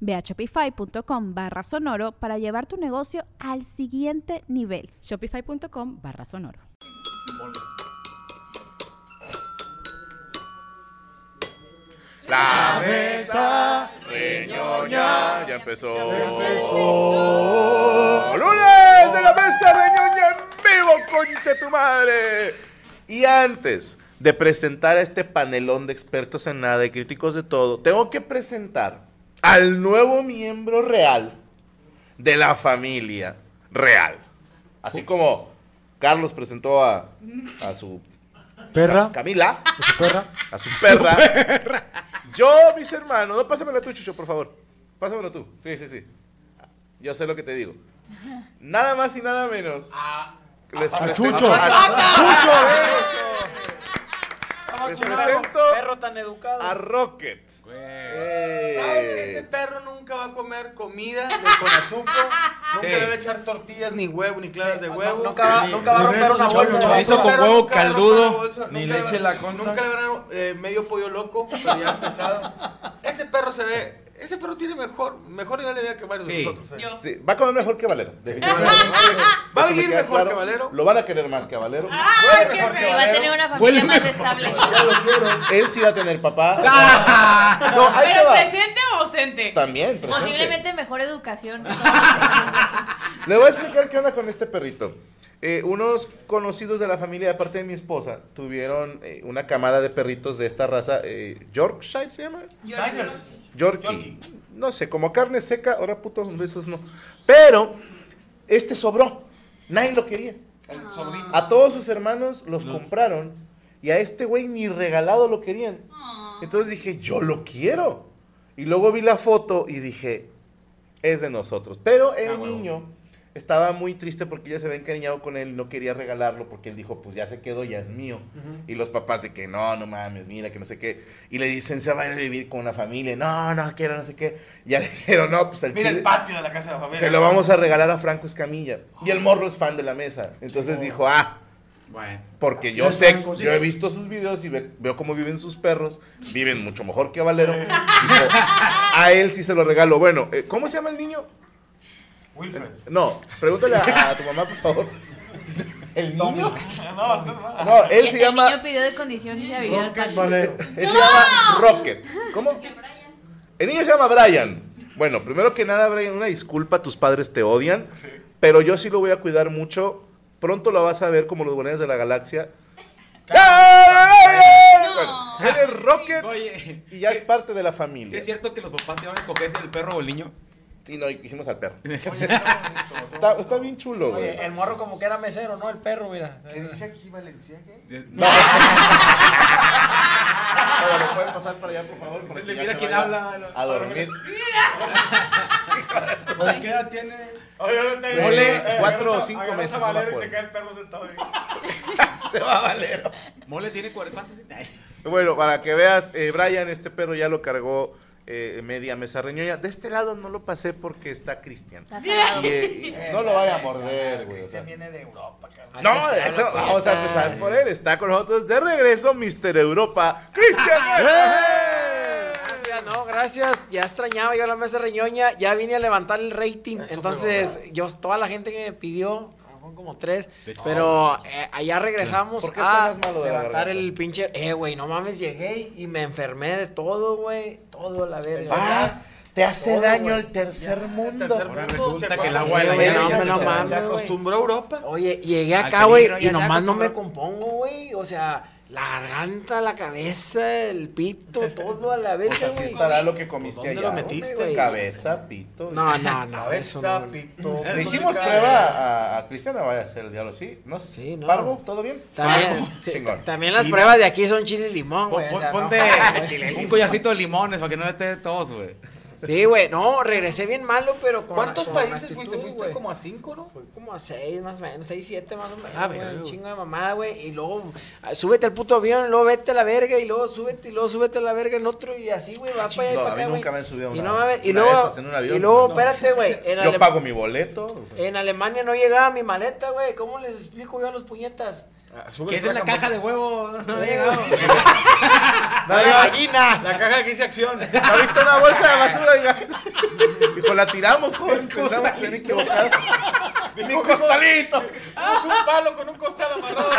Ve a shopify.com barra sonoro para llevar tu negocio al siguiente nivel. Shopify.com barra sonoro. La mesa reñoña ya empezó. ¡Lunes de la mesa reñoña en vivo, concha tu madre! Y antes de presentar a este panelón de expertos en nada y críticos de todo, tengo que presentar al nuevo miembro real de la familia real. Así como Carlos presentó a, a su Perra, Ca- Camila, a su Pues, perra. a su perra. Yo, mis hermanos, no, pásamelo tú, Chucho, por favor. Pásamelo tú. Sí, sí, sí. Yo sé lo que te digo. Nada más y nada menos. Les A presento Chucho. al- ¡Chucho! Les presento Perro tan educado. a Rocket. Eh. ¿Sabes que ese perro nunca va a comer comida de conazupo? Nunca le va a echar tortillas, ni huevo, ni claras de No, huevo. nunca va- ni- nunca va a ni- romper una ni bolsa de chorizo basura. con huevo caldudo, ni leche la consta. Nunca le van a eh, medio pollo loco, pero ya pesado. Ese perro se ve, ese perro tiene mejor, mejor nivel de vida que varios de Sí. nosotros. eh. Sí, va a comer mejor que Valero. Definitivamente. Va a Eso me vivir queda mejor que Valero. Lo van a querer más que a Valero. Huele mejor que Y va a Valero. tener una familia más estable. Él sí va a tener papá. No, ahí te ¿Pero va. presente o ausente? También, presente. Posiblemente mejor educación. Le voy a explicar qué onda con este perrito. Eh, unos conocidos de la familia, aparte de mi esposa, tuvieron eh, una camada de perritos de esta raza. eh, ¿Yorkshire se llama? Niners. Yorkie. No sé, como carne seca, ahora putos besos no. Pero este sobró. Nadie lo quería. El sobrino. A todos sus hermanos los compraron y a este güey ni regalado lo querían. Entonces dije, yo lo quiero. Y luego vi la foto y dije, es de nosotros. Pero el niño estaba muy triste porque ya se había encariñado con él y no quería regalarlo porque él dijo, pues ya se quedó, ya es mío. Y los papás de que no, no mames, mira, que no sé qué. Y le dicen, se va a ir a vivir con una familia. No, no quiero, no sé qué. Y ya le dijeron, no, pues el Mira el chile- patio de la casa de la familia. se lo vamos a regalar a Franco Escamilla. Y el morro es fan de la mesa. Entonces dijo, ah. Porque yo sé, yo he visto sus videos y ve- veo cómo viven sus perros. Viven mucho mejor que Valero. Dijo, a él sí se lo regalo. Bueno, eh, ¿cómo se llama el niño? Wilfred. No, pregúntale a, a tu mamá, por favor. ¿El niño? No, no, no. No, él Él se El llama, niño pidió de condiciones y a vivir al Rocket patio. Valero. él se llama Rocket. ¿Cómo? El niño se llama Brian. Bueno, primero que nada, Brian, una disculpa, tus padres te odian, pero yo sí lo voy a cuidar mucho. Pronto lo vas a ver como los guardianes de la galaxia. ¡Eh! Bueno, él es Rocket Oye, y ya es parte de la ¿sí familia. es cierto que los papás te van a escoger si el perro o el niño? Sí, no, hicimos al perro. Está, está bien chulo, güey. eh, el morro como que era mesero, ¿no? El perro, mira. ¿Qué dice aquí Valencia? Eh, No. Ahora, ¿lo pueden pasar para allá, por favor? Para que ya Mira se quién vaya habla. A dormir. ¿Qué edad tiene? Oye, ahorita Ponle Eh, cuatro o cinco meses, no me acuerdo. el perro sentado ahí. Se va Valero. Mole tiene 40 años. Bueno, para que veas, eh, Brian, este perro ya lo cargó eh, media mesa reñoña. De este lado no lo pasé porque está Cristian. Está salado. Y, eh, y no lo vaya a morder, güey. o sea. Ah, Cristian viene de Europa, cabrón. No, eso, vamos a empezar por él. Está con nosotros de regreso, Mr. Europa, Cristian. Gracias, no, gracias. Ya extrañaba yo la mesa reñoña. Ya vine a levantar el rating. Eso Entonces, yo, toda la gente que me pidió, fueron como tres. De hecho, pero eh, allá regresamos ¿Por qué a suenas malo de la levantar garganta? el pinche. Eh, güey, no mames, llegué y me enfermé de todo, güey. Todo a la verga. Ah, Te hace todo, daño güey. al tercer mundo. Tercer Ahora mundo, resulta se que el acuerda- agua de la Sí, güey, llave, ya no, se- no mames, Se acostumbró a Europa. Oye, llegué Al acá, güey, peligro, y Ah, ya se nomás no me acostumbró. compongo, güey. O sea, la garganta, la cabeza, el pito, todo a la O vez, sea, sí güey. estará lo que comiste ¿Dónde allá. lo ¿no? metiste, güey? Cabeza, pito. No, no, no. eso Cabeza, no. pito. Le hicimos prueba a, a Cristiana, vaya a ser el diablo, sí. No sé. Sí, no. Parvo, ¿todo bien? También, sí, Chingón. también las Sí, pruebas de aquí son chile y limón, Pon- güey. o pon- sea, no. Ponte un collarcito de limones para que no le te tos, güey. Sí, güey, no, regresé bien malo, pero con ¿Cuántos con países actitud, fuiste? Fuiste güey. como a cinco, ¿no? Fui Pues como a seis más o menos, seis, siete más o menos. Ah, güey, verga, un güey. chingo de mamada, güey. Y luego ah, súbete al puto avión, luego vete a la verga, y luego súbete, y luego súbete a la verga en otro, y así, güey, va para allá. y No, para Ah, a mí acá, nunca güey. me he subido a y una- no, mames, y una luego, de esas en un avión, pues, Y luego, no. espérate, güey. en Yo Ale- pago mi boleto. En Alemania no llegaba mi maleta, güey. ¿Cómo les explico yo a los puñetas? Ah, Que esa es la caja de huevo. No No ha llegado. llegaba. No, La no, gallina. La caja que hice acción. ¿No ha visto una bolsa de basura? Oiga? Dijo, la tiramos, joven. Pensamos que era equivocado. ¡Mi costalito! Puso Ah, un palo con un costal amarrado.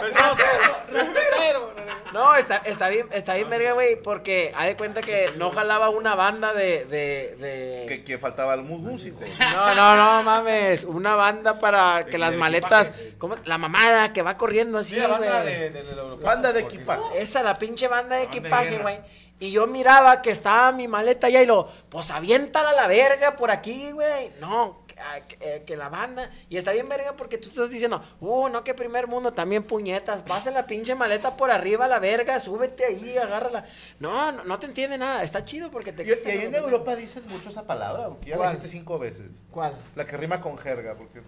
Pensamos que ratero. No, está, está bien, está bien verga, güey, porque haz de cuenta que no jalaba una banda de, de, de- Que, que faltaba el mu- músico. No, no, no, mames, una banda para que De- las de maletas, equipaje. como la mamada que va corriendo así, Sí, la banda de, güey. de, del aeropuerto. Banda de equipaje. Esa la pinche banda de Banda de equipaje, guerra. güey. Y yo miraba que estaba mi maleta allá y lo, pues aviéntala a la verga por aquí, güey. No, que, ah, que- eh, que la banda. Y está bien verga porque tú estás diciendo, uh, no, que primer mundo, también puñetas. Pasa la pinche maleta por arriba a la verga, súbete ahí, agárrala. No, no, no te entiende nada. Está chido porque te. Y, y quitan ahí los- en Europa dicen mucho esa palabra, porque ya la ¿Cuál? dijiste cinco veces. ¿Cuál? La que rima con jerga, porque...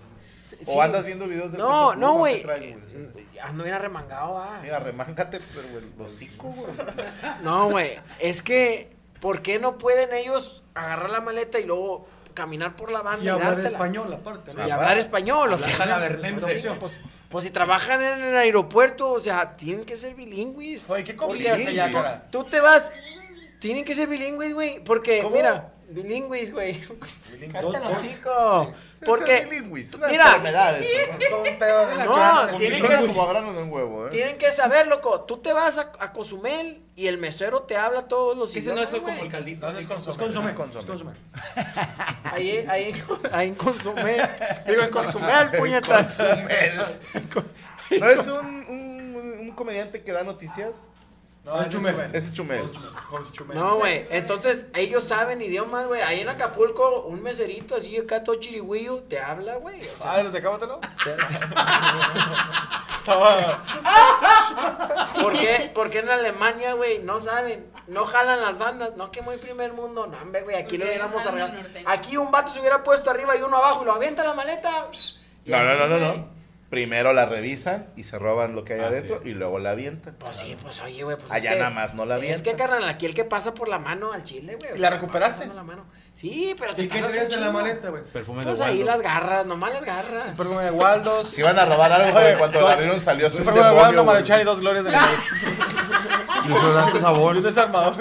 O sí. andas viendo videos de... No, Peso Pluma, no, ¿qué güey. Eh, traes, güey? Ando bien arremangado, ah. Mira, remángate, pero el hocico, güey. No, güey. Es que, ¿por qué no pueden ellos agarrar la maleta y luego caminar por la banda Y hablar dártela? español, aparte. Y hablar español, o sea. Traducción, pues, Pues si trabajan en el aeropuerto, o sea, tienen que ser bilingües. Oye, ¿qué Porque comiste allá, bilingües? cara? Tú te vas. Tienen que ser bilingües, güey. Porque, ¿Cómo? mira, bilingües, güey. Cállate el Dos- hocico. Esas Porque bilingües, son mira. enfermedades, Con un pedo en la No, cara. ¿no? tienen Son que- como granos en huevo, ¿eh? tienen que saber, loco. Tú te vas a, a Cozumel y el mesero te habla todos los Que ese no idiomas, es como güey. el caldito. Entonces con Es consomé, Consomé. es consomé. Ahí, ahí, ahí en Cozumel. Digo, en Cozumel, puñetas. Consumel. ¿No es un, un, un comediante que da noticias? No, es chumel. Es Chumel. Con chumel. No, güey. Entonces, ellos saben idiomas, güey. Ahí en Acapulco, un meserito así acá todo chirigüillo te habla, güey. O sea, Ah, los de Cábatelo. Ah. ¿por, qué, por qué en Alemania, güey, no saben? No jalan las bandas. No, que muy primer mundo. No, hombre, güey, aquí Porque lo hubiéramos jalan arreglado. al norteño. Aquí un vato se hubiera puesto arriba y uno abajo y lo avienta la maleta. Y No, no, así, no, no, güey. no. Primero la revisan y se roban lo que hay Ah, adentro sí. y luego la avientan. Pues sí, pues oye, güey. Pues Allá nada más no la Es que, avientan. carnal, aquí el que pasa por la mano al chile, güey. o ¿Y sea, la recuperaste? pasando la mano. Sí, pero ¿Y qué tardas un traías en la chingo. maleta, güey? Perfume de Pues ahí Waldos. las garras, nomás las garras. Perfume de Waldos. Si iban a robar algo, Oye, en cuanto no. la abrieron salió así Un un perfume de Waldo, demonio. güey. Maruchan y dos glorias de la Desodorante, Y sabor. un desarmador.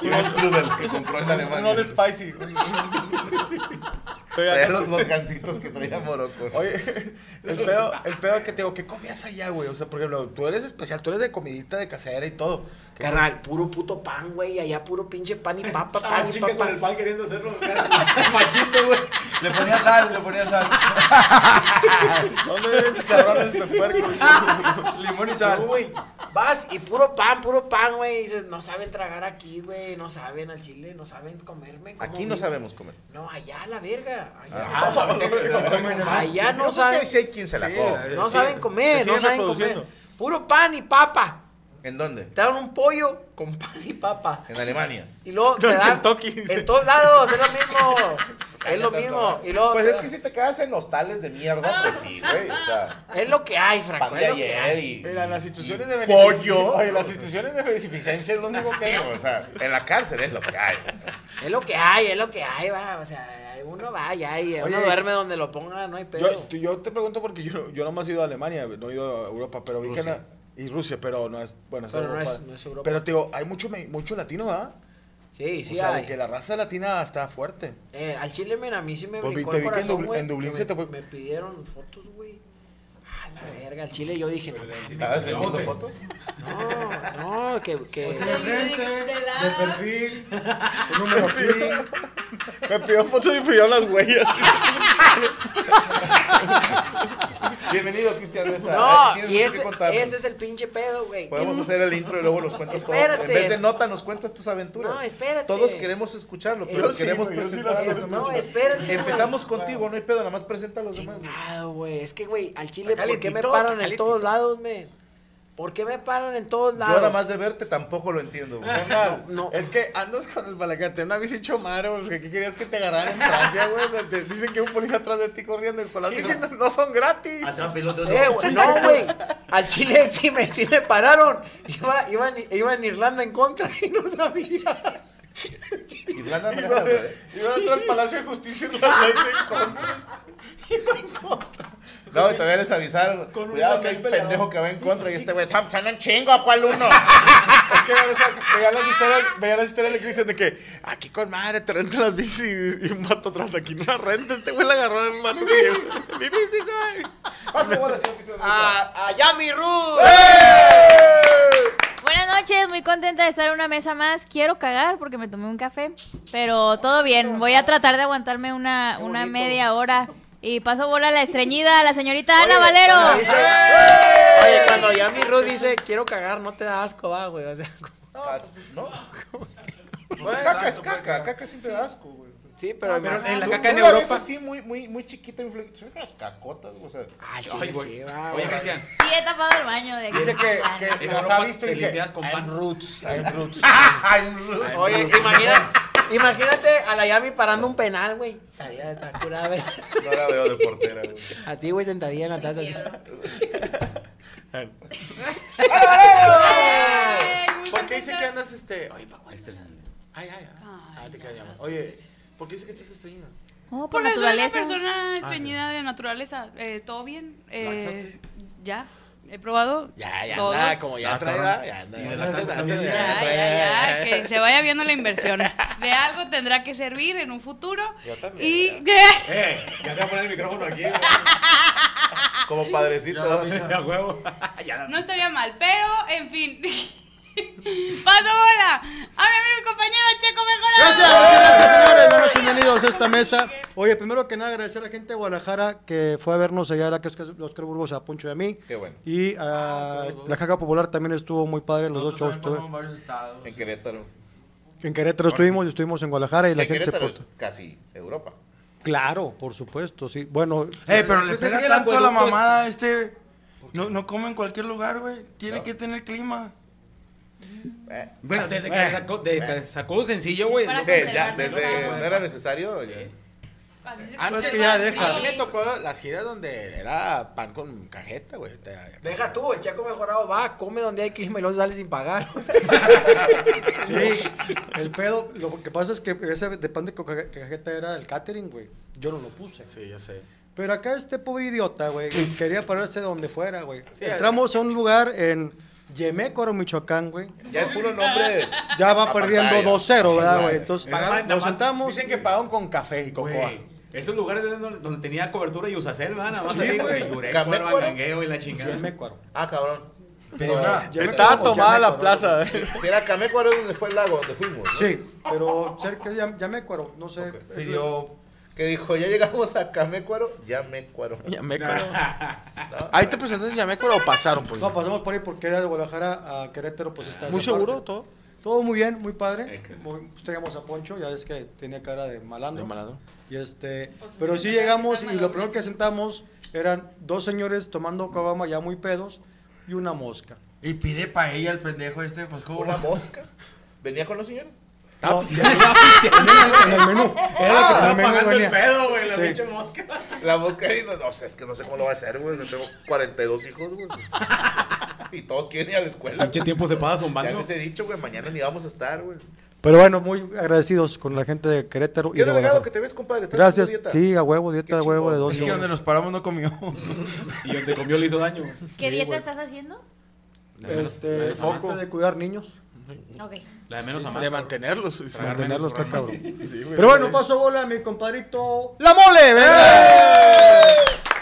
Y un strudel que compró en Un Alemania. all spicy. Traía los, los gancitos que traía Morocco. Oye, el pedo, el pedo que te digo, ¿qué comías allá, güey? O sea, por ejemplo, tú eres especial, tú eres de comidita de casera y todo. ¿Qué Carnal, puro puto pan, güey. Allá puro pinche pan y papa, pan y chica Ah, con el papa. pan queriendo hacerlo. machito, güey. Le ponía sal, le ponía sal. ¿Dónde viven chicharrones de puerco? Limón y sal. Uy, vas y puro pan, puro pan, güey. y Dices, no saben tragar aquí, güey. No saben al chile, no saben comerme. ¿cómo Aquí no vi-?" sabemos comer. No, allá a la verga. Allá, Ah, no saben- allá Yo no creo que saben, ahí sí hay quien se la Sí, come. no Sí, saben se comer, no siguen saben reproduciendo. comer. Puro pan y papa. ¿En dónde? Te dan un pollo con pan y papa. En Alemania. Y luego te dan. Kentucky, dice. En todos lados, es lo mismo. Es lo mismo. Y luego Pues te es dan- que si te quedas en hostales de mierda, pues sí, güey. O sea, Es lo que hay, Franco. pan de es lo que ayer hay. y. Mira, las instituciones y de beneficencia. Pollo. Oye, las instituciones de beneficencia es lo único que Sí, o sea, en la cárcel es lo que hay. o sea. Es lo que hay, es lo que hay, va. O sea, uno va ya y uno Oye, duerme donde lo ponga, no hay pedo. Yo, te- yo te pregunto porque yo, yo nomás he ido a Alemania, güey, no he ido a Europa, pero vi que Rusia. na- y Rusia, pero no es, bueno, es Pero no Europa. es- no es Europa. Pero te digo, hay mucho, me- mucho latino, ¿verdad? sí, sí, o sea, de hay. que la raza latina está fuerte. Eh, al chile, mira, a mí sí me Pues vi- brincó te el vi que en corazón, Dubl- güey, en Dublín que se me- te fue- Me pidieron fotos, güey. A Verga, al chile yo dije, no, ¿Estabas vendiendo fotos? no, no, que, que- O sea, de Yo dije, frente, de de lado. perfil, un número aquí. Me pidió fotos y pidieron las huellas. Bienvenido, Cristian Mesa. No, Tienes y mucho que ese, contarnos. ese es el pinche pedo, güey. Podemos hacer el intro y luego nos cuentas Espérate. todo. En vez de nota, nos cuentas tus aventuras. No, espérate. Todos queremos escucharlo, pero Yo sí, queremos güey, yo sí las presentar a los quiero demás. No, espérate. Empezamos contigo, no hay pedo, nada más presenta a los demás. güey. Chingado, güey. Es que, güey, al chile, Está ¿por qué me calentito, paran está en calentito. todos lados, men? ¿Por qué me paran en todos Yo lados? nada más de verte tampoco lo entiendo. güey. No. Es que andas con el balacate, una bici chomaro, que ¿qué querías que te agarraran en Francia, güey? Te- te dicen que un policía atrás de ti corriendo, el las bicis no, no son gratis. Atrás piloto. Eh, güey, no, güey. Al chile sí me, sí me pararon. Iba, iba, en, iba en Irlanda en contra y no sabía. Irlanda no la jala, ¿eh? Iba dentro al Palacio de Justicia y las veces con... No, y todavía les avisaron. Con un Cuidado que hay papel un pelado. pendejo que va en contra y este güey, "Sam, son un chingo, ¿a cuál uno? Es que veía las- veía las historias, veía las historias de Cristian de que aquí con madre te rentan las bicis y un vato atrás de aquí no la renta. Este güey la agarró en el vato. Mi bici, mi bici, güey. Pasa bola, señor Cristian Mesa. Ah, ¡A, a Yami Ruth! Buenas noches, muy contenta de estar en una mesa más. Quiero cagar porque me tomé un café, pero todo bien. Voy a tratar de aguantarme una, una media hora. Y paso bola a la estreñida, a la señorita Ana Cuando Valero. dice- Oye, cuando Yami Ruth dice, quiero cagar, no te da asco, va, güey. O sea, como- Ah, ¿No? Caca pues, es caca, caca siempre da asco, güey. sí, pero... pero en la Tú- caca tú en la ves Europa. así muy, muy, muy chiquita, influ- se ven las cacotas, güey, o sea. Al Ay, chile güey. sí, va, Oye, güey. Cristian, Sí, he tapado el baño de aquí. Dice que, La neta. que En las Europa ha visto y te dice. limpias con "Ah, pan". roots. I'm roots. Oye, imagina- imagínate a la Yami parando un penal, güey. Estaría está curada, güey. No la veo de portera, güey. A ti, güey, sentadilla en la taza. ¿Por qué dice que andas este? Oye, Paco, este. Ay, ay, ay. Ah, te quedas llamando. Oye, ¿por qué dice que estás estreñida? Oh, por Porque soy una naturaleza. persona estreñida de naturaleza. Eh, Todo bien. Eh, ya. He probado. todos. Ah, Ah, ya trae, va, ya anda. ya la trae, ya trae, Ya, ya, ya, que se vaya viendo la inversión. De algo tendrá que servir en un futuro. Yo también, Y eh, ya se va a poner el micrófono aquí. güey. Como padrecito. Ya, huevo. Ya la- no estaría mal, pero en fin. Paso bola. A mi amigo y compañero Checo Mejorado. Gracias, muchas gracias, señores. Buenas noches, bienvenidos a esta mesa. Oye, primero que nada, agradecer a la gente de Guadalajara que fue a vernos allá a la Casca los Oscar Burgos, a Poncho y a mí. Qué bueno. Y a la Caja Popular también estuvo muy padre, los dos Nosotros shows. también estuve- formamos varios estados. En Querétaro. En Querétaro estuvimos y estuvimos en Guadalajara y la En gente se Querétaro es portó. casi Europa. Claro, por supuesto, sí. Bueno, Eh, pero le Pues es pega que el tanto a la acueducto es- mamada este. No, no come en cualquier lugar, güey. Tiene que tener clima. Eh, Bueno, desde que eh, sacó, de- eh. sacó un sencillo, güey. Para no- Sí, ya, conservarse, desde ¿no? no era necesario. ya. Así Ah, se Pues conserva que ya el deja. A mí frío. me tocó las giras donde era pan con cajeta, güey. Te- Deja tú, el Chaco mejorado va, come donde hay clima y luego sale sin pagar. sí, el pedo, lo que pasa es que ese de pan de coca- cajeta era el catering, güey. Yo no lo puse. Sí, yo sé. Pero acá este pobre idiota, güey, quería pararse donde fuera, güey. Sí, Entramos a un lugar en Yemécuaro, Michoacán, güey. Ya el puro nombre. Ya va Ah, La perdiendo pantalla. 2-0, Sí, ¿verdad, güey? güey. Entonces, Nada más- nada nos más sentamos. Dicen que pagaron con café y cocoa. Güey, esos lugares es donde, donde tenía cobertura y Usacel, van Nada más Sí, ahí, güey. güey. Yureco, Camécuaro. Almangueo y la chingada. Yemécuaro. Ah, cabrón. Pero nada. Yemécuaro o Yamécuaro, algo eh. así. Será Camecuaro donde fue el lago, donde fuimos. ¿no? Sí, pero cerca de Yam- Yamécuaro, no sé. Pidió. Que dijo, ya llegamos a Camecuaro, ya me cuaro. Yamécuaro. Ahí te presentaste en Yamécuaro o pasaron por No, pasamos por ahí porque era de Guadalajara a Querétaro, pues está. ¿Muy esa seguro parte. todo? Todo muy bien, muy padre. Ec. Muy, pues, traíamos a Poncho, ya ves que tenía cara de malandro. De malandro. Y este, O sea, pero sí, sí ya llegamos estás y lo malogrado. primero que sentamos eran dos señores tomando caguama ya muy pedos y una mosca. Y pide paella el pendejo este, pues como Una mosca. ¿Venía con los señores? No, en, el, en el menú. Era lo que en el menú pues, Pagando el venía. pedo, güey, la Sí. pinche mosca. La mosca y no, no sé, es que no sé cómo lo va a hacer, güey. Yo Tengo 42 hijos, güey. Y todos quieren ir a la escuela. Pinche tiempo se pasa Ya zumbando. les he dicho, güey, mañana ni vamos a estar, güey. Pero bueno, muy agradecidos con la gente de Querétaro y Qué de delegado Guadalajara. que te ves, compadre. ¿Estás Gracias. haciendo dieta? Sí, a huevo, Qué dieta a huevo de chingón. dos Es que donde nos paramos no comió. Y donde comió le hizo daño. ¿Qué Sí, dieta güey. estás haciendo? Este, foco de cuidar niños, Ok. La de menos a más. De mantenerlos. Tragar menos, mantenerlos está tragar cabrón. Sí, güey. Pero bueno, paso bola a mi compadrito La Mole, ¿verdad?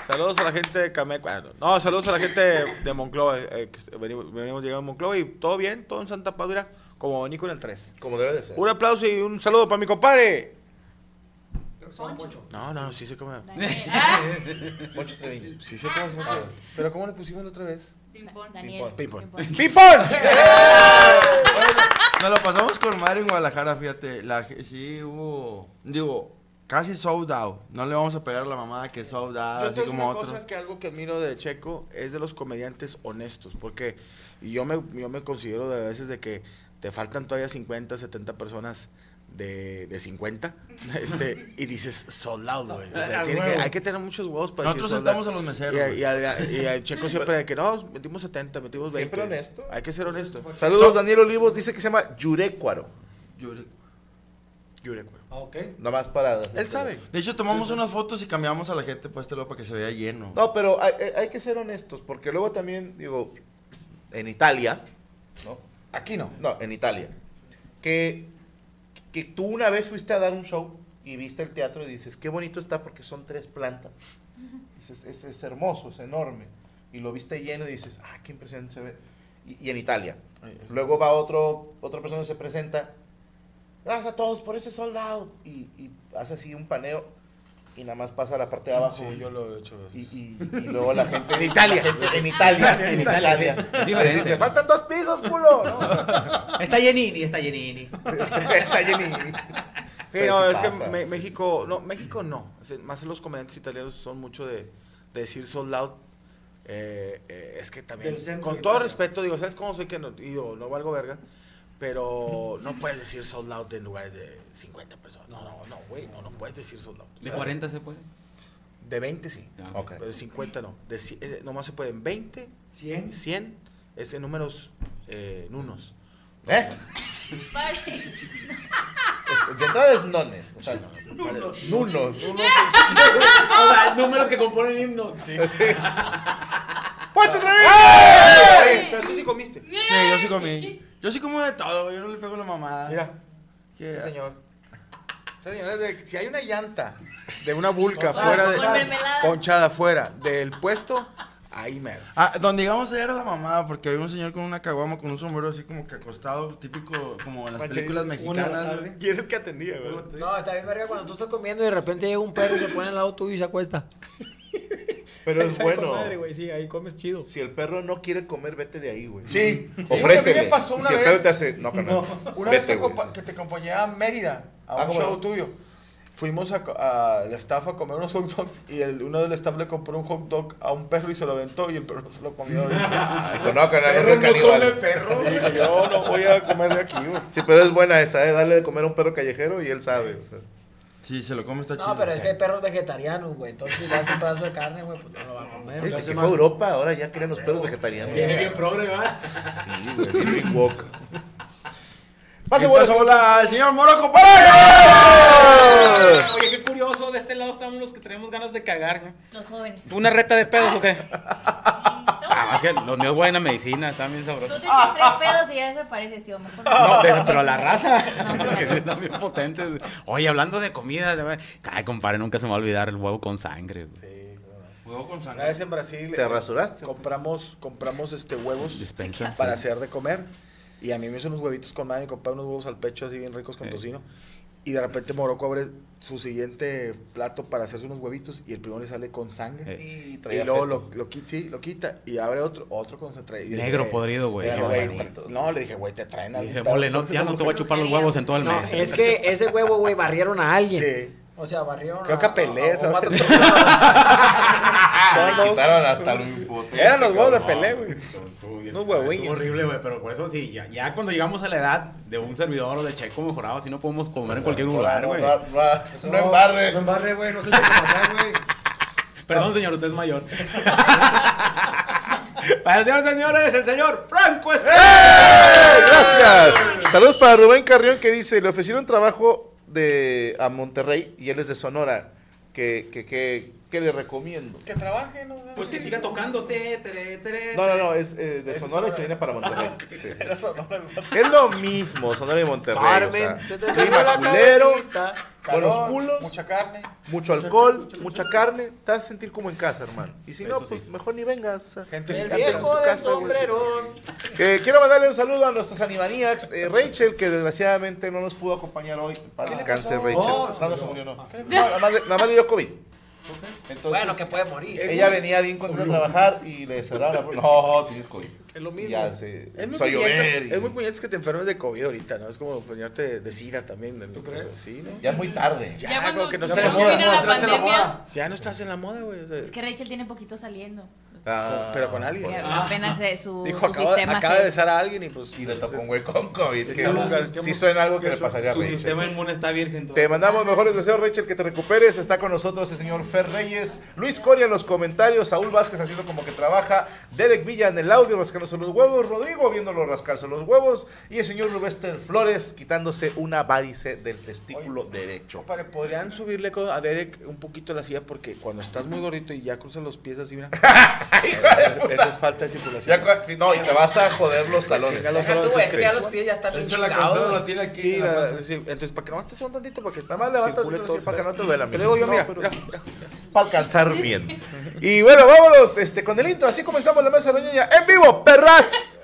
Saludos a la gente de Cameco. ah, no. No, saludos a la gente de, de Monclova. eh, que venimos, venimos llegando a Monclova y todo bien, todo en Santa Paz, mira, como abanico en el 3. Como debe de ser. Un aplauso y un saludo para mi compadre. No, no, sí se come. Poncho Treviño. Sí se come. Poncho. Pero ¿cómo le pusimos la otra vez? Daniel. Ping-pong. Ping-pong. ¡Pipón! Nos lo pasamos con madre en Guadalajara, fíjate. La, ge- sí hubo. Digo, casi sold out. No le vamos a pegar a la mamada que sold out, Ah, Yo te así digo como una otros. cosa que algo que admiro de Checo es de los comediantes honestos, porque yo me, yo me considero de a veces de que te faltan todavía 50, 70 personas de, de 50, este, y dices sold out, güey. O sea, Ah, tiene huevo. que- hay que tener muchos huevos para Nosotros decir pues, sentamos sold out. a los meseros, Y a- güey. Y, a- y a Checo siempre de que no, metimos 70, metimos 20. Siempre honesto. Hay que ser honesto. Saludos, Daniel Olivos. Dice que se llama Yurecuaro. Yurecuaro. Ah, ok. Nomás para. Él sabe. De hecho, tomamos unas fotos y cambiamos a la gente para este lado para que se vea lleno. No, pero hay, hay- hay que ser honestos, porque luego también, digo, en Italia, ¿no? Aquí no, no, en Italia. Que, que tú una vez fuiste a dar un show y viste el teatro y dices, qué bonito está porque son tres plantas. Dices, es, es hermoso, es enorme. Y lo viste lleno y dices, ah, qué impresionante se ve. Y, y en Italia. Luego va otro, otra persona y se presenta. Gracias a todos por ese soldado. Y, y hace así un paneo y nada más pasa a la parte de abajo. Sí, yo lo he hecho. Y, y- y luego la gente en Italia, gente en Italia, en Italia. sí. Les dice, faltan dos pisos, culo. Está Jenini, está Jenini. Está Jenini. Sí, Pero no, sí es que pasa, Me- sí México, no, México no. O sea, Más los comediantes italianos son mucho de, de decir sold out. Eh, eh, es que también, Del centro con de todo Italia. respeto, digo, ¿sabes cómo soy que no, digo, no valgo verga? Pero no puedes decir sold out en lugares de 50 personas. No, no, no, güey, no, no puedes decir sold out. ¿De 40 se puede? De 20 sí. Ya, ok. Pero de 50 no. De, ci- eh, nomás se pueden 20, 100. 100, es en números eh, nunos. ¿Eh? Es- de entrada es nones. O sea, nunos. O sea, números que componen himnos. ¡Poncho otra vez! ¡Ey! Pero tú sí comiste. Sí, yo sí comí. Yo sí como de todo, güey. Yo no le pego la mamada. Mira, ¿Qué? este señor. Este señor es de- si hay una llanta de una vulca Ponchada, fuera de con mermelada. ponchada fuera del puesto, ahí mero. Ah, donde llegamos ayer a la mamada, porque había un señor con una caguama, con un sombrero así como que acostado, típico como en las Manche, películas una mexicanas. güey. Y eres el que atendía, güey. No, está bien verga cuando tú estás comiendo y de repente llega un perro y se pone al lado tuyo y se acuesta. Pero es Sabe con bueno. madre, güey, sí, ahí comes chido. Si el perro no quiere comer, vete de ahí, güey. Sí. Ofrécele. A mí me pasó una si el vez. perro te hace, no, carnal. Una vez vete, te güey. compa- que te acompañaba a Mérida, a Ah, un ¿cómo show no? tuyo. Fuimos a, co- a la estafa a comer unos hot dogs y el- uno del staff le compró un hot dog a un perro y se lo aventó y el perro no se lo comió. Dijo, no, carnal, no soy caníbal. Dijo, yo no voy a comer de aquí, güey. Sí, pero es buena esa, ¿eh? Darle de comer a un perro callejero y él sabe. o sea. Sí, se lo come esta chido. No, pero es que hay perros vegetarianos, güey. Entonces, si le das un pedazo de carne, güey, pues no lo va a comer. güey. Desde que fue a Europa, ahora ya crean los perros vegetarianos. Viene bien progre, ¿va? Sí, güey, Big Walk. Pase Pase bola, bola, el señor Moro, compadre. Oye, qué curioso, de este lado estamos los que tenemos ganas de cagar, ¿no? Los jóvenes. ¿Una reta de pedos o qué? Ah, es que los míos buena medicina, están bien Tú te sabrosos. echas tres pedos y ya desapareces, tío. Mejor No, de- pero la raza. No, sí. Porque sí están bien potentes. Oye, hablando de comida, de- ay, compadre, nunca se me va a olvidar el huevo con sangre. güey. Huevo con Una sangre. vez en Brasil ¿Te rasuraste? compramos, compramos este huevos Despensa. para sí. hacer de comer. Y a mí me hizo unos huevitos con madre, mi compadre, unos huevos al pecho así bien ricos con Eh. tocino. Y de repente Morocco abre su siguiente plato para hacerse unos huevitos y el primero le sale con sangre. Eh. Y Y traía lugo feto. lo, lo, qui- sí, lo quita y abre otro, otro concentrado. Negro podrido, güey. Dije, güey, No, le dije, güey, te traen Dije, algo. mole, no, ya no te voy a chupar los huevos en todo el No, mes. es que ese huevo, güey, barrieron a alguien. Sí. O sea, barrieron Creo que a Pelé, a- a- a ¿sabes? cuatro personas. Le quitaron hasta lo impotente. Eran los huevos de cabrón. Pelé, güey. Unos Estuvo huevillos. horrible, güey, pero por eso sí, ya, ya cuando llegamos a la edad de un servidor o de checo mejorado, así no podemos comer en cualquier lugar, güey. No, no, no, no embarre. No embarre, güey. No se te acá, güey. Perdón, señor, usted es mayor. Para el señor, señores, el señor Franco ¡Eh! Escalante. Gracias. Saludos para Rubén Carrión que dice, le ofrecieron trabajo de, a Monterrey y él es de Sonora. Que, que, que, que le recomiendo. Que trabaje, ¿no? Pues que siga tocando. Te, tere, tere, No, no, no, tere. es eh, de Sonora y se viene para Monterrey. Sí. Era Sonora. Es lo mismo, Sonora y Monterrey. Carmen, o se sea, te cayó clima la culero, cabecita. buenos Calor, culos, Mucha carne. mucho alcohol, mucha carne. Te vas a sentir como en casa, hermano. Y si no, Eso pues mejor ni vengas. o sea, Gente, quédate en tu Viejo del casa, güey. sombrerón. Eh, quiero mandarle un saludo a nuestros Animaniacs. eh, Rachel, que desgraciadamente no nos pudo acompañar hoy. Para descanse, Rachel. Oh, no, no se murió, no. No, Nada más, le- nada más le dio COVID. Entonces, bueno, que puede morir. Ella venía bien contenta a trabajar y le cerraron la puerta. No, tienes COVID. Es lo mismo. Ya, sí. Es muy, Soy puñetas, llover. y- es muy puñetas que te enfermes de COVID ahorita, ¿no? Es como enfermarte de SIDA también. ¿no? Sí, ¿no? Ya es muy tarde. Ya, Ya cuando- como que no ya estás en cuando la viene la moda. no estás en la pandemia. moda. Ya no estás en la moda, güey. o sea, Es que Rachel tiene poquito saliendo. Ah, pero con alguien. Que apenas eh, su, Dijo, su acaba, sistema acaba se- de besar a alguien y pues. Y le tocó un güey con COVID. Sí, que sí, sí sí. suena algo que Que le su- pasaría a Su Rachel. sistema inmune está virgen. Te mandamos mejores deseos, Rachel, que te recuperes. Está con nosotros el señor Fer Reyes, Luis Coria en los comentarios, Saúl Vázquez haciendo como que trabaja, Derek Villa en el audio rascándose los huevos, Rodrigo viéndolo rascarse los huevos y el señor Rubester Flores quitándose una varice del testículo derecho. Compadre, podrían subirle co- a Derek un poquito la silla porque cuando estás muy gordito y ya cruzas los pies así, mira. eso, eso es falta de circulación. Ya cua- si no, y te vas a joder los talones. Chinga los Deja tú, talones, es que ya los pies ya están De bien hecho, la chingados, consola güey. la tiene aquí. Sí, en la la- panza. sí, entonces para que no estés un tantito, porque Nada más levanta circule el todo. para que no te duela. Te mijo. lo digo yo, No, mira, pero- mira, mira. para alcanzar bien. Y bueno, vámonos este, con el intro. Así comenzamos la mesa de la niña en vivo, perras.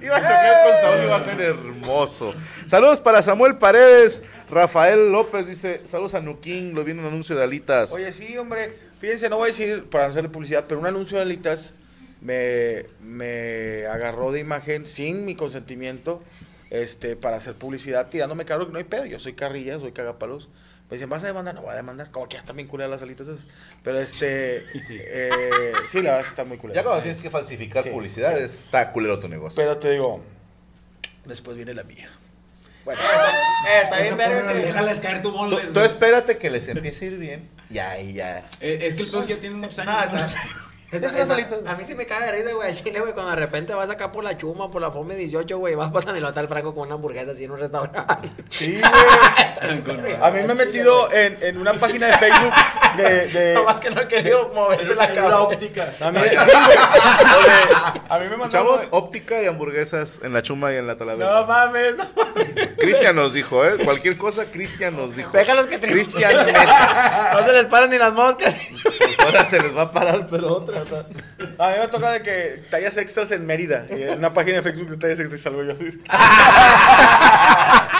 Iba a chocar con Saúl, iba a ser hermoso. Saludos para Samuel Paredes, Rafael López dice, saludos a Nuquín, lo vi en un anuncio de Alitas. Oye, sí, hombre. Fíjense, no voy a decir para no hacerle publicidad, pero un anuncio de Alitas me, me agarró de imagen sin mi consentimiento este, para hacer publicidad tirándome caro, que no hay pedo. Yo soy carrilla, soy cagapalos. Me dicen, ¿vas a demandar? No voy a demandar. Como que ya están bien culeras las alitas esas. Pero este. sí. eh, sí, la verdad sí están muy ya culeras. cuando tienes que falsificar Sí. publicidad, está culero tu negocio. Pero te digo, después viene la mía. Bueno, Eh, está bien, Esa verga. pone que- Déjales caer tu Tú, bola. tú espérate que les empiece a ir bien. Y ahí ya. Eh, es que el peor ya tiene muchos Nada, años. está- Es más, es más, a mí sí me caga de risa, güey, al chile, güey, cuando de repente vas acá por la chuma, por la FOME 18, güey, vas pasando y lo tal Franco con una hamburguesa así en un restaurante. Sí, güey. A mí me he metido en, en una página de Facebook de. de- No más que no he querido moverte la La cara. óptica. a, mí, sí, güey. Oye, a mí me mandaron. Chavos, óptica y hamburguesas en la chuma y en la No talavera. mames, no. Cristian nos dijo, ¿eh? Cualquier cosa, Cristian nos dijo. Déjalos que te- Cristian Mesa. No se les paran ni las moscas. Pues ahora se les va a parar, pero otra. A mí me toca de que tallas extras en Mérida. Y en una página de Facebook de tallas extras salgo yo así. Ah,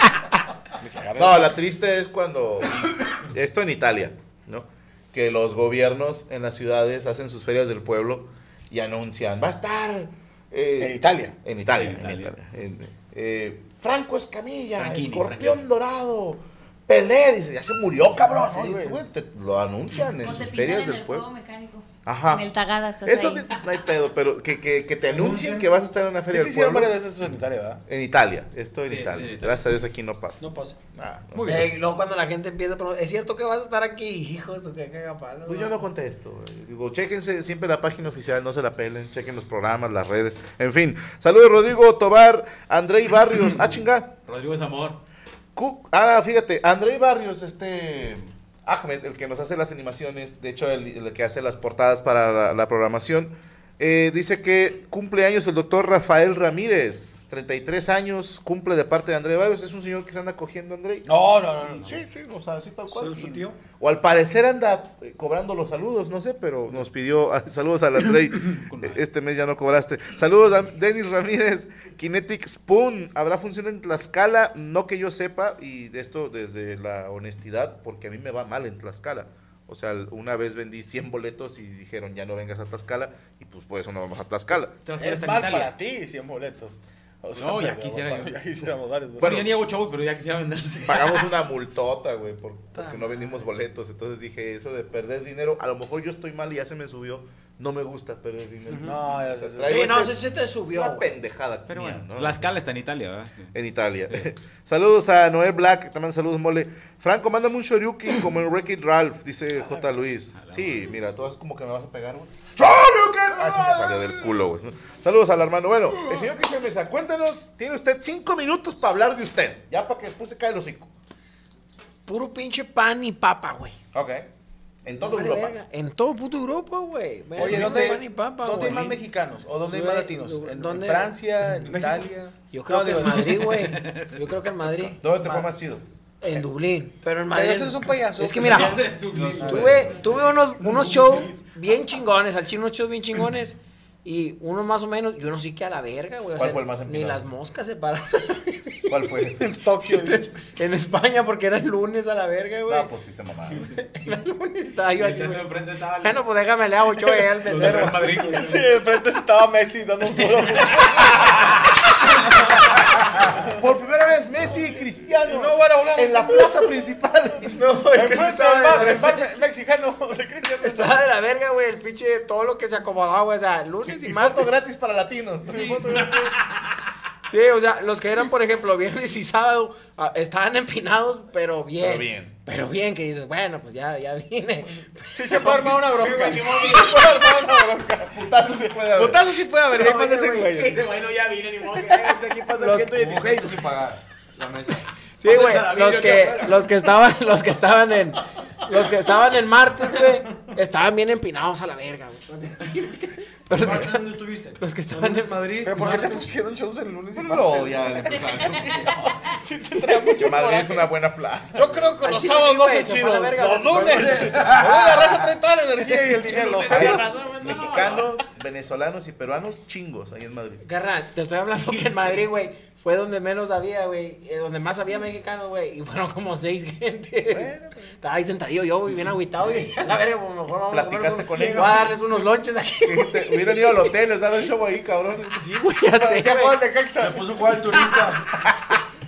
No, la triste es cuando. Esto en Italia, ¿no? Que los gobiernos en las ciudades hacen sus ferias del pueblo y anuncian: va a estar. eh, En Italia. En Italia. En Italia. Italia. En- eh, Franco Escamilla, Franchini, Escorpión Franchini. Dorado, Pelé, dice: ya se murió, cabrón. ¿no? Sí, Y güey. güey, te- lo anuncian en Como Pues te sus pintan ferias en del el juego pueblo. mecánico. Ajá. En el tagada. estás Eso ahí. te- no hay pedo, pero que, que- que te anuncien que vas a estar en una Sí feria te del hicieron pueblo. varias veces eso en Italia, ¿verdad? En Italia, esto en Sí, sí, Italia. en Italia. Gracias a Dios aquí no pasa. No pasa. Ah, no. Muy bien. Eh, luego cuando la gente empieza, pero es cierto que vas a estar aquí, hijos, tú que cagapalos. Pues yo no contesto. güey. Digo, chéquense siempre la página oficial, no se la pelen, chequen los programas, las redes. En fin, saludos Rodrigo Tobar, Andrei Barrios. Ah, chinga. Rodrigo es amor. Cu- Ah, fíjate, Andrei Barrios, este. Ahmed, el que nos hace las animaciones, de hecho, el, el que hace las portadas para la, la programación, Eh, dice que cumple años el doctor Rafael Ramírez, 33 años, cumple de parte de André Barrios. Es un señor que se anda cogiendo a André. No, no, no, no. Sí, sí, o sea, así tal cual. ¿Soy su Y- tío? O al parecer anda eh, cobrando los saludos, no sé, pero nos pidió ah, saludos al André. Eh, este mes ya no cobraste. Saludos a Denis Ramírez, Kinetic Spoon. Habrá función en Tlaxcala, no que yo sepa, y de esto desde la honestidad, porque a mí me va mal en Tlaxcala. O sea, una vez vendí 100 boletos y dijeron, ya no vengas a Tlaxcala, y pues por eso no vamos a Tlaxcala. Es mal para ti, 100 boletos. O sea, No, ya pero- quisiera yo. Ya quisiéramos varios. Bueno, yo ni hago shows, pero ya quisiera venderse. Pagamos una multota, güey, por- porque Ah. no vendimos boletos. Entonces dije, eso de perder dinero, a lo mejor yo estoy mal y ya se me subió. No me gusta perder dinero. No, ya se- O sea, traigo Sí, no, ese- sí se te subió, Una güey. pendejada. Pero bueno, Tlaxcala está en Italia, ¿verdad? En Italia. saludos a Noel Black, también saludos, mole. Franco, mándame un shoryuken como en Wreck-It Ralph, dice J. Luis. Sí, mira, tú es como que me vas a pegar, güey. ¡Shoryuken! Ah, sí me salió del culo, güey. Saludos al hermano. Bueno, el señor Cristian Mesa, cuéntanos, tiene usted cinco minutos para hablar de usted. Ya para que después se cae el hocico. Puro pinche pan y papa, güey. Ok. En toda Vale, Europa. verga. En todo puto Europa, güey. Me Oye, hacen ¿dónde, pan y papa, ¿dónde güey? hay más mexicanos? ¿O dónde hay más Güey, latinos? ¿En, ¿dónde? en Francia? ¿En Italia? Yo creo No, que digo, en Madrid, güey. Yo creo que en Madrid. ¿Dónde te fue más chido? En Dublín. Pero en Pero Madrid. eso no es un payaso. Es que mira, Ese es Dublín. tuve, tuve unos, unos shows bien chingones, al chino unos shows bien chingones. Y uno más o menos, yo no sé qué a la verga, güey. o ¿Cuál sea, fue el más Ni empinado? las moscas se pararon. ¿Cuál fue? en Tokio, güey. en España, porque era el lunes a la verga, güey. Ah, pues sí se mamaron. Estaba yo Y el así, de güey. enfrente estaba- Bueno, pues déjame le hago yo ahí al Los del mesero. Real Madrid, güey. Sí, enfrente estaba Messi dando un tiro. Por primera vez, Messi y Cristiano. No, bueno, hablamos. En la plaza principal. No, es que sí estaba el bar, el bar mexicano de Cristiano. Estaba de la verga, güey, el pinche de todo lo que se acomodaba, güey. O sea, lunes y, Y martes. foto gratis para latinos. Sí, o sea, los que eran, por ejemplo, viernes y sábado, ah, estaban empinados, pero bien. Pero bien. Pero bien, que dices, bueno, pues ya, ya vine. Sí se puede armar una bronca. Sí, Sí güey, se puede armar una bronca. Putazo sí puede haber. Putazo sí puede haber. No, ¿Qué pasa oye, ese güey, güey? ese güey no ya vine ni modo. Aquí pasa el que pagar la mesa. Sí, güey, los que, los que estaban, los que estaban en, los que estaban en martes, güey, estaban bien empinados a la verga, güey. Pero los que estaban, ¿Dónde estuviste? los que estaban en Madrid. ¿Pero por qué te pusieron shows el lunes y No lo odian, empresario. Madrid es una buena plaza. Yo creo que los sábados no son chidos. Los lunes. Oye, la raza trae toda la energía y el dinero. los Hay sábados. mexicanos, venezolanos y peruanos chingos ahí en Madrid. Garra, te estoy hablando que en Madrid, güey, fue donde menos había, güey, eh, donde más había mexicanos, güey, y fueron como seis gente. pues. Estaba ahí sentadillo yo, güey, bien agüitado, y a la verga, pues mejor vamos a comer Platicaste unos- con ellos. Voy a darles unos lonches aquí. Te- Hubieran ido al hotel, les daba el show ahí, cabrón. Sí, güey, ya sé, Parecía güey. jugar de Caxa. puso a jugar el turista.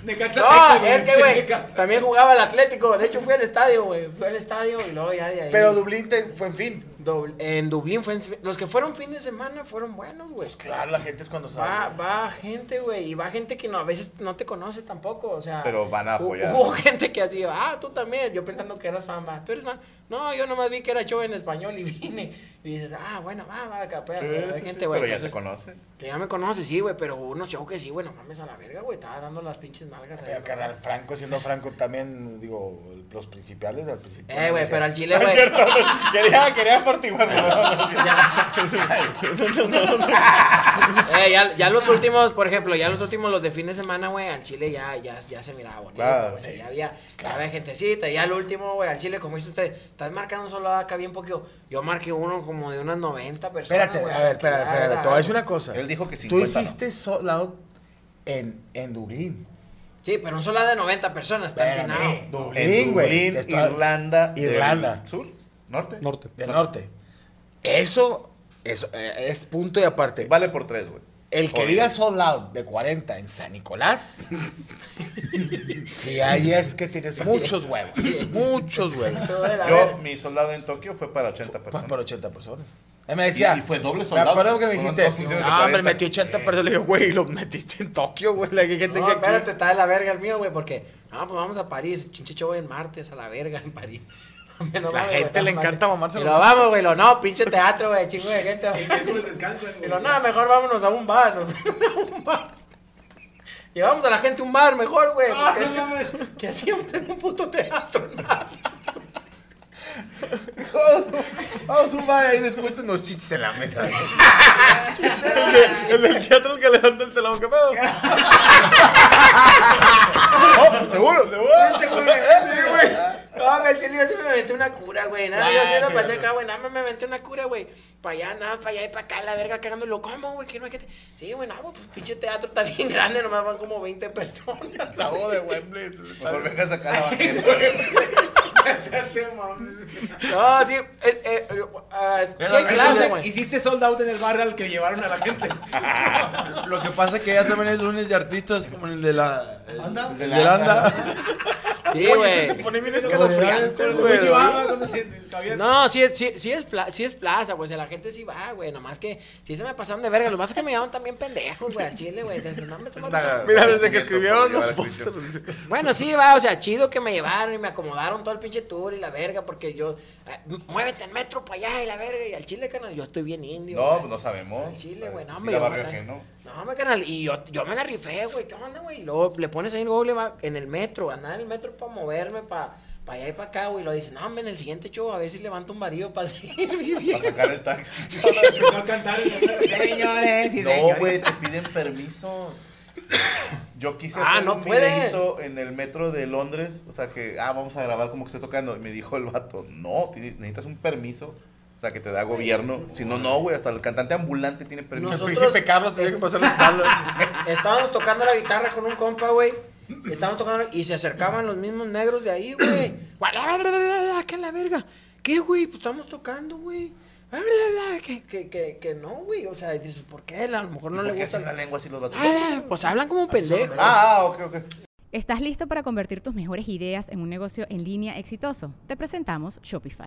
No, es que, güey, también jugaba al Atlético. De hecho, fui al estadio, güey. Fui al estadio y luego ya de ahí. Pero Dublín te- fue en fin. Dobl- en Dublín fue en- Los que fueron fin de semana fueron buenos, güey. Pues Claro, la gente es cuando Va, sale. va gente, güey, y va gente que no, a veces no te conoce tampoco, o sea. Pero van a hu- apoyar. Hubo gente que así, ah, tú también, yo pensando que eras fan, va, tú eres fan. No, yo nomás vi que era show en español y vine. Y dices, ah, bueno, va, va, acá, pues, Sí, hay sí, sí, gente, güey. Pero ya te entonces, conocen. que ya me conoces, sí, güey, pero unos shows que sí, güey, no mames a la verga, güey, estaba dando las pinches nalgas ahí. Pero ¿no? carnal, Franco, siendo Franco también, digo, los principales al principio. Eh, güey, pero al chile, No es güey. cierto, quería, quería amortiguarme. no, no es cierto. Eh, ya, ya los últimos, por ejemplo, ya los últimos, los de fin de semana, güey, al Chile ya, ya, ya se miraba bonito. Claro, güey, o sea, sí. ya había, ya había gentecita. y Ya el último, güey, al Chile, como dice usted, estás marcando solo acá bien poquito. Yo marqué uno como de unas 90 personas. Espérate, güey, o a sea, ver, que espérate, ya espérate. era- Te voy a decir una cosa. Ah, Él dijo que 50. Tú ¿no? hiciste sold out en, en Dublín. Sí, pero un solo de 90 personas, está Espérame, empinado. Dublín, En güey. Dublín, Te estoy- Irlanda. del Irlanda. ¿Sur? ¿Norte? Norte. Del norte. Eso, eso eh, es punto y aparte. Vale por tres, güey. El que Joder. diga sold out de 40 en San Nicolás, si ahí es que tienes muchos huevos. Muchos huevos. Todo de la Yo, verga. mi soldado en Tokio fue para 80 Pa- personas. Para 80 personas. Él me decía. Y- y fue doble me soldado. acuerdo que me Fueron dijiste. dos funciones de Ah, hombre, 40. metí 80 personas. Le digo, güey, lo metiste en Tokio, güey. La gente No, que espérate, está de la verga el mío, güey, porque, no, pues vamos a París, pinche show el martes a la verga en París. No mames, güey, gente no le mames. encanta mamarse Y los lo vamos, güey, lo no, pinche teatro, güey, chingo de gente. güey. Y lo no, mejor vámonos a un bar, nos fuimos a un bar. Llevamos a la gente a un Ah, bar mejor, güey. porque es- ¿Qué hacíamos en un puto teatro? nada. Vamos a sumar ahí les cuento unos chistes en la mesa. El del teatro que levanta el telón, ¿qué pedo? Oh, seguro, seguro. No, me el chile yo sí me aventé una cura, güey. Nada, Ah, yo sí lo qué pasé bueno. acá, güey. Nada, me aventé una cura, güey. Para allá, nada, para allá y para acá, la verga, cagándolo. ¿Cómo, güey? Que no hay que. te- Sí, güey, no, güey, pues pinche teatro está bien grande, nomás van como 20 personas. Está de Wembley. Mejor venga a sacar la banqueta. No, sí, eh, eh, eh, ah, sí hay clase, Entonces, güey. Hiciste sold out en el barrio al que llevaron a la gente. Ah, Lo que pasa es que ya también es lunes de artistas como el de la. el- el de la la anda. anda. Sí, Oye, güey. eso se pone bien Variedades, escalofriante, güey. güey. No, sí es, sí, sí es, pla- sí es plaza, güey. O sea, la gente sí va, güey. Nomás que sí se me pasaron de verga. Lo más es que me llamaban también pendejos, güey, al chile, güey. Desde- no, me tomaron- Mira, desde que escribieron Por los llevar a Cristian. pósteres. Bueno, sí, va, o sea, chido que me llevaron y me acomodaron todo el pinche tour y la verga, porque yo, ah, muévete en metro para allá y la verga, y al chile, carnal, yo estoy bien indio. No, pues güey. no sabemos. Al chile, güey, no, Sí, hombre, la yo barrio me- que no. No, hombre, carnal, y yo, yo me la rifé, güey, ¿qué onda, güey? Y luego le pones ahí en Google, va, en el metro, andar en el metro para moverme, para allá y para acá, güey, y lo dices, no, hombre, en el siguiente show a ver si levanto un varío para seguir Para viviendo. sacar el taxi. Empezó a cantar. Señores, y No, güey, te piden permiso. Yo quise Ah, hacer no un puedes. videíto en el metro de Londres. O sea que, ah, vamos a grabar como que estoy tocando. Y me dijo el vato, no, tiene- necesitas un permiso. O sea que te da gobierno. Si no, no, güey. Hasta el cantante ambulante tiene permiso. Nosotros- El príncipe Carlos tenía que pasar las balas. Estábamos tocando la guitarra con un compa, güey. Estábamos tocando y se acercaban los mismos negros de ahí, güey. ¿Qué la verga? ¿Qué, güey? Pues estamos tocando, güey. Que, que, que, que no, güey. O sea, dices, ¿por qué? A lo mejor ¿Y no le por qué gusta. hacen la lengua así los vatos? Ah, pues hablan como pendejos. Ah, ah, ok, ok. ¿Estás listo para convertir tus mejores ideas en un negocio en línea exitoso? Te presentamos Shopify.